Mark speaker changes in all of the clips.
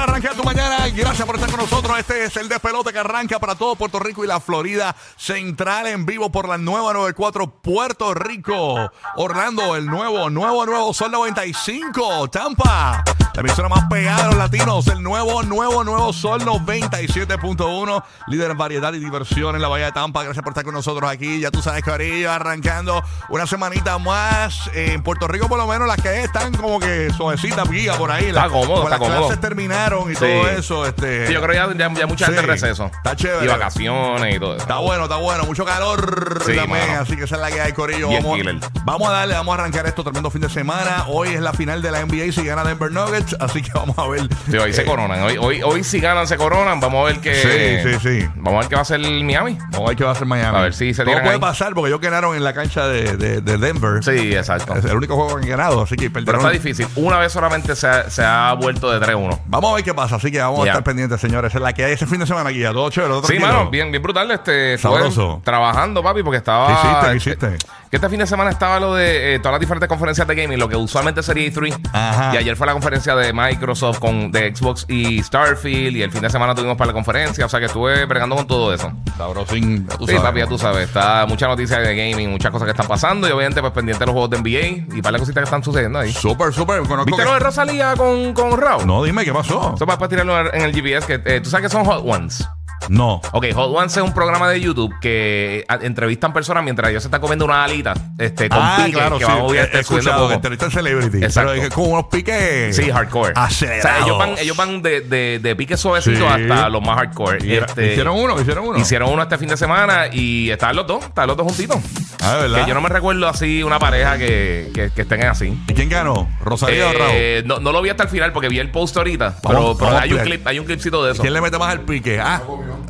Speaker 1: arranca tu mañana. Gracias por estar con nosotros. Este es el despelote que arranca para todo Puerto Rico y la Florida Central en vivo por la nueva 94 Puerto Rico. Orlando, el nuevo, nuevo, nuevo Sol 95. Tampa, la emisora más pegada a los latinos. El nuevo, nuevo, nuevo Sol 97.1. Líder en variedad y diversión en la Bahía de Tampa. Gracias por estar con nosotros aquí. Ya tú sabes, Corillo, arrancando una semanita más. Eh, En Puerto Rico, por lo menos, las que están como que suavecitas, guía por ahí.
Speaker 2: Está cómodo,
Speaker 1: como
Speaker 2: está
Speaker 1: las clases
Speaker 2: cómodo.
Speaker 1: terminaron y
Speaker 2: Sí.
Speaker 1: todo eso. Este,
Speaker 2: Sí, yo creo que ya, ya, ya mucha gente
Speaker 1: Sí.
Speaker 2: en receso.
Speaker 1: Está chévere.
Speaker 2: Y vacaciones y todo eso.
Speaker 1: Está bueno, está bueno. Mucho calor
Speaker 2: Sí,
Speaker 1: también,
Speaker 2: mano.
Speaker 1: así que esa es la que hay, Corillo.
Speaker 2: Bien
Speaker 1: Vamos,
Speaker 2: killer.
Speaker 1: vamos a darle, vamos a arrancar esto tremendo fin de semana. Hoy es la final de la NBA si gana Denver Nuggets, así que vamos a ver.
Speaker 2: Sí, hoy se
Speaker 1: Eh,
Speaker 2: coronan. Hoy, hoy, hoy si ganan, se coronan. Vamos a ver qué.
Speaker 1: Sí, sí, sí.
Speaker 2: Vamos a ver qué va a hacer el Miami.
Speaker 1: Vamos a ver qué va a hacer Miami.
Speaker 2: A ver si se
Speaker 1: Todo
Speaker 2: tiran
Speaker 1: puede
Speaker 2: ahí.
Speaker 1: pasar porque ellos ganaron en la cancha de, de- de Denver.
Speaker 2: Sí, exacto.
Speaker 1: Es el único juego que han ganado, así que
Speaker 2: Pero
Speaker 1: perdieron.
Speaker 2: está difícil. Una vez solamente se ha, se ha vuelto de 3-1.
Speaker 1: Vamos a ver qué pasa, así que vamos
Speaker 2: Ya.
Speaker 1: a estar pendientes, señores. Esa es la que hay ese fin de semana aquí, ya todo chévere, todo
Speaker 2: Sí,
Speaker 1: tranquilo.
Speaker 2: mano, bien, bien brutal. Este, estuve
Speaker 1: Sabroso.
Speaker 2: Trabajando, papi, porque estaba.
Speaker 1: ¿Qué hiciste? ¿Qué
Speaker 2: este,
Speaker 1: hiciste?
Speaker 2: Que este fin de semana estaba lo de eh, todas las diferentes conferencias de gaming, lo que usualmente sería E3.
Speaker 1: Ajá.
Speaker 2: Y ayer fue la conferencia de Microsoft con de Xbox y Starfield. Y el fin de semana tuvimos para la conferencia. O sea que estuve bregando con todo eso.
Speaker 1: Sabrosín, ya tú
Speaker 2: sí,
Speaker 1: sabes.
Speaker 2: papi, ya tú sabes. Está mucha noticia de gaming, muchas cosas que están pasando. Y obviamente, pues pendiente de los juegos de NBA y para las cositas que están sucediendo ahí.
Speaker 1: Súper, súper. conozco
Speaker 2: ¿Viste
Speaker 1: que-
Speaker 2: lo de Rosalía con, con Raúl?
Speaker 1: No, dime, ¿qué pasó?
Speaker 2: Eso para tirarlo en el GPS. Que, eh, tú sabes que son Hot Ones.
Speaker 1: No.
Speaker 2: Ok, Hot Ones es un programa de YouTube que a- entrevistan personas mientras ellos se están comiendo una alita. Este, con
Speaker 1: Ah,
Speaker 2: pique,
Speaker 1: claro,
Speaker 2: que
Speaker 1: sí.
Speaker 2: va obviamente
Speaker 1: He
Speaker 2: subiendo
Speaker 1: escuchado que
Speaker 2: poco.
Speaker 1: entrevistan celebrity.
Speaker 2: Exacto.
Speaker 1: Pero es que con unos piques.
Speaker 2: Sí, hardcore.
Speaker 1: Acelerados.
Speaker 2: O sea, ellos van, ellos van de, de, de pique suavecito
Speaker 1: Sí.
Speaker 2: hasta los más hardcore.
Speaker 1: Y era-
Speaker 2: Este,
Speaker 1: hicieron uno, hicieron uno.
Speaker 2: hicieron uno este fin de semana y estaban los dos, estaban los dos juntitos.
Speaker 1: Ah, de verdad.
Speaker 2: Que yo no me recuerdo así una pareja que, que, que estén así.
Speaker 1: ¿Y ¿Quién ganó? ¿Rosalía o Raúl?
Speaker 2: Eh, no, no lo vi hasta el final porque vi el post ahorita.
Speaker 1: Vamos-
Speaker 2: pero pero
Speaker 1: vamos
Speaker 2: hay, un
Speaker 1: play.
Speaker 2: clip, hay un clipcito de eso.
Speaker 1: ¿Quién le mete más al pique? Ah,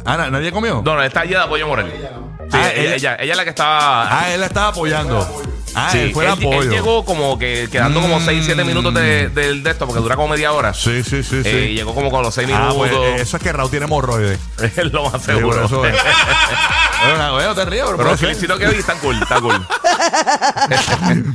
Speaker 1: ah, na- ¿nadie comió?
Speaker 2: No, no, está allá de Apoyo Morel. Sí,
Speaker 1: Ah,
Speaker 2: ella,
Speaker 1: él-
Speaker 2: ella, ella es la que estaba.
Speaker 1: Ah, él la estaba apoyando. Ah,
Speaker 2: sí,
Speaker 1: él fue el
Speaker 2: él- él
Speaker 1: apoyo.
Speaker 2: llegó como que quedando como
Speaker 1: Mm.
Speaker 2: 6, 7 minutos de, del de esto porque dura como media hora.
Speaker 1: Sí, sí, sí, sí.
Speaker 2: Eh, y llegó como con los 6
Speaker 1: ah, pues,
Speaker 2: minutos.
Speaker 1: eh, eso es que Raúl tiene hemorroides.
Speaker 2: Es lo más
Speaker 1: Sí,
Speaker 2: seguro.
Speaker 1: por eso es. Bueno, bueno, te río, pero,
Speaker 2: Pero el
Speaker 1: puede ser.
Speaker 2: clipcito que vi está cool, está cool.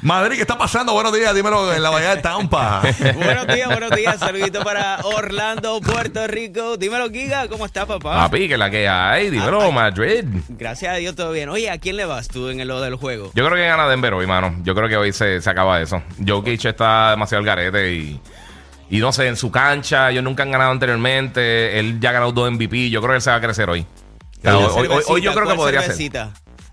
Speaker 1: Madrid, ¿qué está pasando? Buenos días, dímelo en la bahía de Tampa.
Speaker 3: Buenos días, buenos días. Saludito para Orlando, Puerto Rico. Dímelo, Giga, ¿cómo está, papá?
Speaker 2: Papi, que la que hay, dímelo, Madrid.
Speaker 3: Gracias a Dios, todo bien. Oye, ¿a quién le vas tú en lo del juego?
Speaker 2: Yo creo que gana Denver hoy, mano. Yo creo que hoy se, se acaba eso. Jokic está demasiado al garete y, y no sé, en su cancha, ellos nunca han ganado anteriormente. Él ya ha ganado dos MVP. Yo creo que él se va a crecer hoy. O sea,
Speaker 3: ¿Y la
Speaker 2: hoy, hoy- hoy yo creo
Speaker 3: cervecita?
Speaker 2: que
Speaker 3: ¿Cuál
Speaker 2: podría ser.
Speaker 3: cervecita?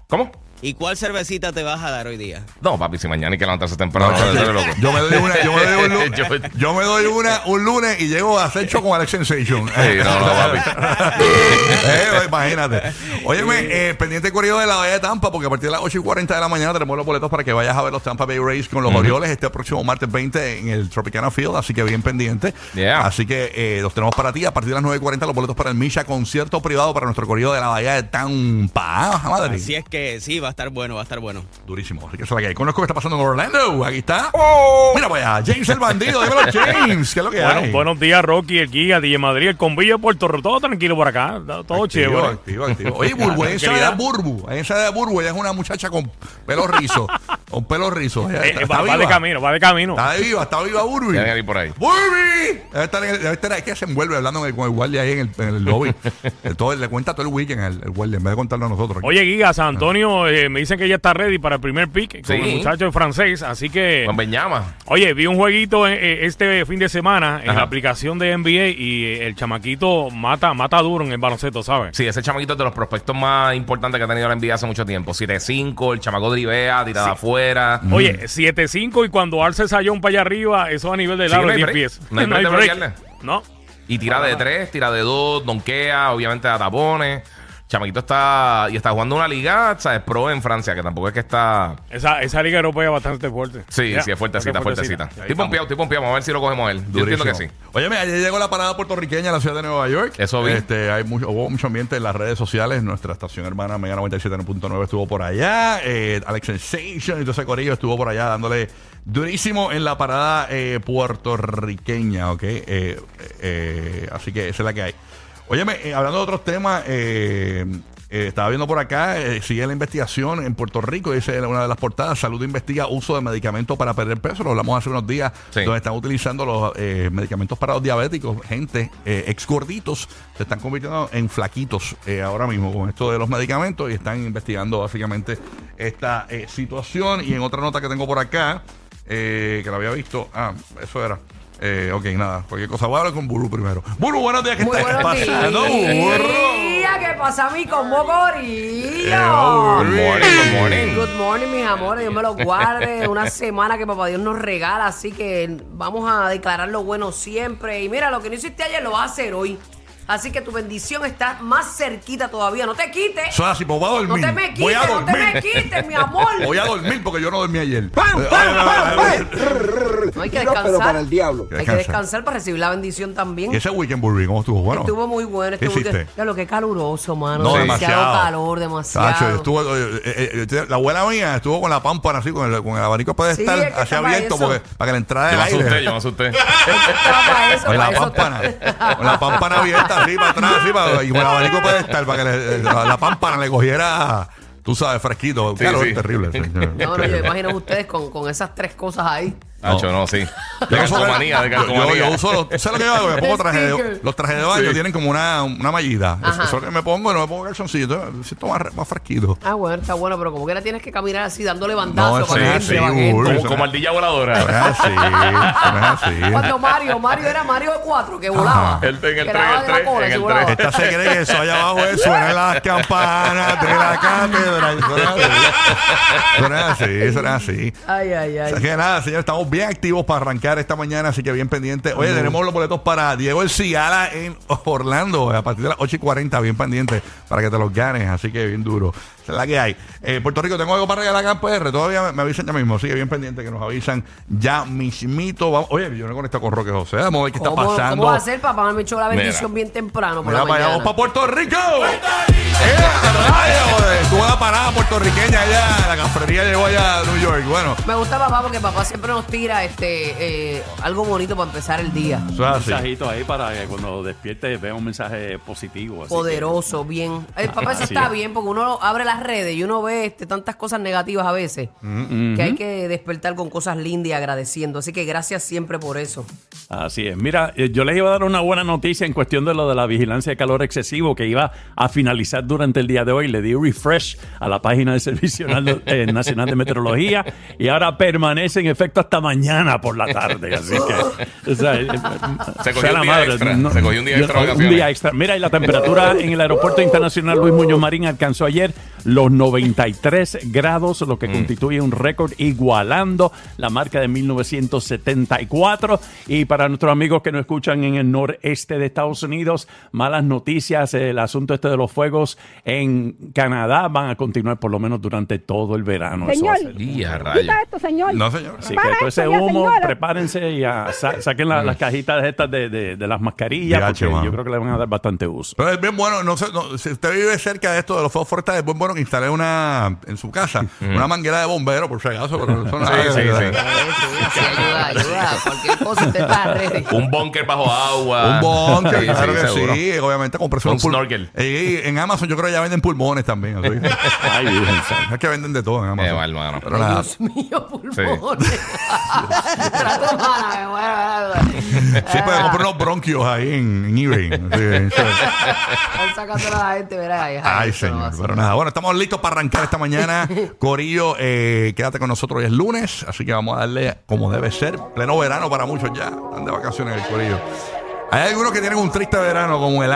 Speaker 2: ¿Cómo?
Speaker 3: ¿Y cuál cervecita te vas a dar hoy día?
Speaker 2: No, papi, si mañana hay que levantarse temprano.
Speaker 1: No,
Speaker 2: no, no, no, no.
Speaker 1: Yo me doy una, yo me doy un lunes,
Speaker 2: Yo-
Speaker 1: yo me doy una un lunes y llego a hacer show con Alex Sensation.
Speaker 2: Sí, no, no, papi.
Speaker 1: Eh, imagínate. Óyeme, eh, pendiente corrido de la Bahía de Tampa, porque a partir de las 8 y 40 de la mañana tenemos los boletos para que vayas a ver los Tampa Bay Rays con los Orioles este próximo martes 20 en el Tropicana Field, así que bien pendiente.
Speaker 2: Yeah.
Speaker 1: Así que eh, los tenemos para ti. A partir de las 9 y 40 los boletos para el Misha, concierto privado para nuestro corrido de la Bahía de Tampa. Ah, madre.
Speaker 3: Así es que sí, va a estar bueno, va a estar bueno.
Speaker 1: Durísimo. Así que esa es la que hay. Conozco qué está pasando en Orlando. Aquí está. Mira, pues allá. James el bandido. Dímelo, James. ¿Qué es lo que
Speaker 4: Bueno,
Speaker 1: hay?
Speaker 4: buenos días, Rocky, el Giga, DJ Madrid, el Combillo de Puerto Rico. Todo tranquilo por acá, todo
Speaker 1: Activo,
Speaker 4: Oh, chévere. Eh,
Speaker 1: Activo, activo. Oye, Burbu, esa de
Speaker 4: tranquilidad.
Speaker 1: Burbu. Esa de Burbu. Ella es una muchacha con pelo rizo. con pelo rizo. Ella
Speaker 4: Eh,
Speaker 1: está,
Speaker 4: eh,
Speaker 1: está
Speaker 4: va, va de
Speaker 1: viva.
Speaker 4: camino, va de camino.
Speaker 1: Está viva, está viva Burbu.
Speaker 2: Ya viene por ahí.
Speaker 1: ¡Burby! Debe estar, en el- debe estar- es que se envuelve hablando en el- con el guardia ahí en el, en el lobby. Eh, todo, le cuenta todo el weekend al al guardia en vez de contarlo a nosotros.
Speaker 4: Oye, Giga, San Antonio, eh, me dicen que ya está ready para el primer pick
Speaker 2: Ah. Sí.
Speaker 4: con el muchacho francés, así que...
Speaker 2: Juan Beñama.
Speaker 4: Oye, vi un jueguito eh, eh, este fin de semana en
Speaker 2: Ajá.
Speaker 4: la aplicación de NBA y eh, el chamaquito mata mata duro en el baloncesto, ¿sabes?
Speaker 2: Sí, ese chamaquito es de los prospectos más importantes que ha tenido la NBA hace mucho tiempo. 7-5, el chamaco drivea, tirada afuera.
Speaker 4: Oye, 7-5 y cuando alza el sayón para allá arriba, eso a nivel del
Speaker 2: Sí,
Speaker 4: aro
Speaker 2: no hay
Speaker 4: 10
Speaker 2: break.
Speaker 4: pies.
Speaker 2: No hay break de bloquearle.
Speaker 4: No.
Speaker 2: Y tira de tres, tira de dos, donquea, obviamente a tapones. Chamaquito está y está jugando una liga, ¿sabes? Pro en Francia, que tampoco es que está.
Speaker 4: Esa, esa liga europea es bastante fuerte.
Speaker 2: Sí,
Speaker 4: Ya,
Speaker 2: sí, es fuertecita,
Speaker 4: bastante
Speaker 2: fuertecita.
Speaker 4: fuertecita.
Speaker 2: Estoy pompeado, estoy pompeado. Vamos a ver si lo cogemos a él. Yo
Speaker 1: Durísimo.
Speaker 2: entiendo que sí.
Speaker 1: Oye, mira, ayer llegó la parada puertorriqueña a la ciudad de Nueva York.
Speaker 2: Eso vi.
Speaker 1: Este, hay mucho, hubo mucho ambiente en las redes sociales. Nuestra estación hermana Mega 97.9 estuvo por allá. Eh, Alex Sensation y todo ese corillo estuvo por allá dándole durísimo en la parada eh, puertorriqueña, ¿ok? Eh, eh, así que esa es la que hay. Óyeme, eh, hablando de otros temas, eh, Eh, estaba viendo por acá, eh, sigue la investigación en Puerto Rico, dice en una de las portadas, Salud investiga uso de medicamentos para perder peso, lo hablamos hace unos días,
Speaker 2: Sí.
Speaker 1: donde están utilizando los eh, medicamentos para los diabéticos, gente, eh, ex gorditos, se están convirtiendo en flaquitos eh, ahora mismo con esto de los medicamentos y están investigando básicamente esta eh, situación. Y en otra nota que tengo por acá, eh, que la había visto, ah, eso era. Eh, ok, nada, cualquier cosa. Voy a hablar con Buru primero. Buru, buenos días, ¿qué
Speaker 5: Muy
Speaker 1: está
Speaker 5: buenos
Speaker 1: pasando, Buru?
Speaker 5: días. ¿Qué pasa a mí con
Speaker 1: Hello, oh,
Speaker 5: Bocorillo?
Speaker 2: Good morning, good morning.
Speaker 5: Good morning, mis amores. Dios me los guarde. Una semana que papá Dios nos regala. Así que vamos a declarar lo bueno siempre. Y mira, lo que no hiciste ayer lo vas a hacer hoy. Así que tu bendición está más cerquita todavía. No te quites.
Speaker 1: Eso es así, pues voy a
Speaker 5: No
Speaker 1: dormir.
Speaker 5: te me
Speaker 1: voy a
Speaker 5: quites, no te
Speaker 1: dormir.
Speaker 5: me quites, mi amor.
Speaker 1: Voy a dormir porque yo no dormí ayer. Eh,
Speaker 5: No hay que
Speaker 6: No, pero para
Speaker 5: descansar.
Speaker 6: el diablo.
Speaker 5: Hay que descansar para recibir la bendición también.
Speaker 1: ¿Y ese weekend, Burby, cómo estuvo? Bueno.
Speaker 5: Estuvo muy bueno.
Speaker 1: ¿Qué
Speaker 5: Estuvo
Speaker 1: hiciste?
Speaker 5: Ya lo que caluroso, mano.
Speaker 1: No,
Speaker 5: demasiado
Speaker 1: demasiado.
Speaker 5: calor, demasiado.
Speaker 1: Tacho, estuvo, eh, eh, eh, la abuela mía estuvo con la pámpara así, con el, con el abanico para
Speaker 5: Sí,
Speaker 1: estar
Speaker 5: es que
Speaker 1: así
Speaker 5: estaba
Speaker 1: abierto
Speaker 5: eso.
Speaker 1: porque, para que le entrara el
Speaker 2: Yo me asusté,
Speaker 1: aire.
Speaker 2: yo me asusté.
Speaker 5: Estaba para eso,
Speaker 1: Con la
Speaker 5: para eso.
Speaker 1: pámpara, con la pámpara abierta así para atrás, así para, y con el abanico para estar, para que le- eh, la, la pámpara le cogiera, tú sabes, fresquito.
Speaker 2: Sí,
Speaker 1: calor
Speaker 2: sí.
Speaker 1: terrible. sí.
Speaker 5: No, no, yo imagino ustedes con, con esas tres cosas ahí.
Speaker 2: Nacho, no, sí. De
Speaker 1: Yo uso-
Speaker 2: calcomanía, de
Speaker 1: yo- yo-
Speaker 2: calcomanía.
Speaker 1: Yo, uso los, ¿tú ¿sabes lo que yo hago? Me pongo
Speaker 5: De
Speaker 1: traje de,
Speaker 5: sticker.
Speaker 1: los trajes de baño
Speaker 2: Sí.
Speaker 1: tienen como una, una mallita. Eso-
Speaker 5: Ajá.
Speaker 1: Eso es lo que me pongo, no me pongo calzoncillo, me siento más, más fresquito.
Speaker 5: Ah, bueno, está bueno, pero como que la tienes que caminar así, dándole bandazo
Speaker 1: No,
Speaker 5: para
Speaker 1: sí,
Speaker 5: gente,
Speaker 1: sí,
Speaker 5: para
Speaker 1: burro.
Speaker 5: gente.
Speaker 2: Como, como ardilla voladora.
Speaker 1: Ah, sí, ah, sí.
Speaker 5: Cuando Mario, Mario era Mario 4 que volaba.
Speaker 1: Ajá.
Speaker 2: El tren, el
Speaker 5: Que
Speaker 2: tren,
Speaker 5: daba
Speaker 2: el
Speaker 5: de la
Speaker 2: tren,
Speaker 5: cola,
Speaker 2: en
Speaker 5: se
Speaker 2: el
Speaker 5: volaba.
Speaker 2: tren.
Speaker 1: Esta se cree que eso allá abajo es, suenan las campanas de la cátedra. y Suena así, suena así. Suena así.
Speaker 5: Ay, ay,
Speaker 1: O sea
Speaker 5: ay.
Speaker 1: que nada, señores, estamos bien activos para arrancar esta mañana, así que bien pendiente. Oye, tenemos los boletos para Diego El Cigala en Orlando a partir de las 8 y 40, bien pendiente para que te los ganes, así que bien duro. Esa es la que hay. Eh, Puerto Rico, tengo algo para regalar acá en PR, todavía me, me avisan ya mismo, así que bien pendiente que nos avisan ya mismito. Vamos- Oye, yo no he conectado con Roque José, vamos a ver qué está
Speaker 5: ¿Cómo,
Speaker 1: pasando.
Speaker 5: ¿Cómo va a ser, papá? Me echó la bendición
Speaker 2: Mira.
Speaker 5: bien temprano por
Speaker 1: Mira,
Speaker 5: la
Speaker 1: para allá, vamos
Speaker 5: mañana.
Speaker 1: para Puerto Rico. ¡Eh, rayos! Eh, Tuvo la parada puertorriqueña allá, la cafrería llegó allá a New York. Bueno,
Speaker 5: Me gusta papá porque papá siempre nos tira este eh, algo bonito para empezar el día.
Speaker 1: eso es así.
Speaker 7: mensajito ahí para que cuando despiertes veas un mensaje positivo. así que-
Speaker 5: Poderoso, bien. Eh, papá, eso
Speaker 7: Así
Speaker 5: está
Speaker 7: es.
Speaker 5: bien porque uno abre las redes y uno ve este, tantas cosas negativas a veces que
Speaker 7: Mm,
Speaker 5: hay que despertar con cosas lindas y agradeciendo. Así que gracias siempre por eso.
Speaker 7: Así es. Mira, eh, yo les iba a dar una buena noticia en cuestión de lo de la vigilancia de calor excesivo que iba a finalizar durante el día de hoy. Le di refresh a la página del Servicio Nacional- eh, Nacional de Meteorología y ahora permanece en efecto hasta mañana por la tarde. Así que, o sea, eh,
Speaker 2: Se cogió
Speaker 7: sea
Speaker 2: un
Speaker 7: la
Speaker 2: día extra. Se cogió un día
Speaker 7: yo-
Speaker 2: extra de
Speaker 7: un
Speaker 2: vacaciones.
Speaker 7: día extra. Mira, y la temperatura en el aeropuerto internacional Luis Muñoz Marín alcanzó ayer los 93 grados, lo que constituye un récord igualando la marca de 1974. Y para nuestros amigos que nos escuchan en el noreste de Estados Unidos, malas noticias, el asunto este de los fuegos en Canadá van a continuar por lo menos durante todo el verano. Eso va a ser-
Speaker 2: Y a rayos.
Speaker 8: Quita esto, señor.
Speaker 1: No, señor.
Speaker 7: Así que
Speaker 8: Para
Speaker 7: todo
Speaker 8: esto
Speaker 7: ese
Speaker 8: ya,
Speaker 7: humo,
Speaker 8: señora.
Speaker 7: prepárense y ah, sa- saquen la- las cajitas estas de, de- de las mascarillas,
Speaker 1: Diache,
Speaker 7: porque
Speaker 1: mano.
Speaker 7: yo creo que le van a dar bastante uso.
Speaker 1: Pero es bien bueno, no sé, no, si usted vive cerca de esto de los fuegos forestales, es bien bueno que instale una en su casa, una manguera de bomberos, por si acaso, pero eso no
Speaker 2: Sí,
Speaker 1: es-
Speaker 2: sí, sí.
Speaker 5: Sí, sí, ayuda, ayuda. Cualquier cosa usted está ready.
Speaker 2: Un búnker bajo
Speaker 1: Un
Speaker 2: agua.
Speaker 1: bunker,
Speaker 2: Ah, Sí, sí,
Speaker 1: claro que
Speaker 2: seguro.
Speaker 1: sí, obviamente comprarse
Speaker 2: Un
Speaker 1: pul-
Speaker 2: snorkel.
Speaker 1: Eh, en Amazon yo creo que ya venden pulmones también. así que-
Speaker 7: Ay, Virgen Santa.
Speaker 1: es que venden de todo en Amazon.
Speaker 2: Qué mal, mano.
Speaker 1: Pero
Speaker 5: Ay,
Speaker 7: Ah.
Speaker 1: nada.
Speaker 5: Dios mío, pulmones. Trato mala, me muero, me muero.
Speaker 1: Sí, puede comprar unos bronquios ahí en, en eBay. así que-
Speaker 5: Están sacando a la gente, verá. Ay,
Speaker 1: Ay,
Speaker 5: esto no va
Speaker 1: señor.
Speaker 5: a ser.
Speaker 1: Pero nada, bueno, estamos listos para arrancar esta mañana. Corillo, eh, quédate con nosotros hoy es lunes, así que vamos a darle como debe ser. Pleno verano para muchos ya. Están de vacaciones el Corillo. Hay algunos que tienen un triste verano como el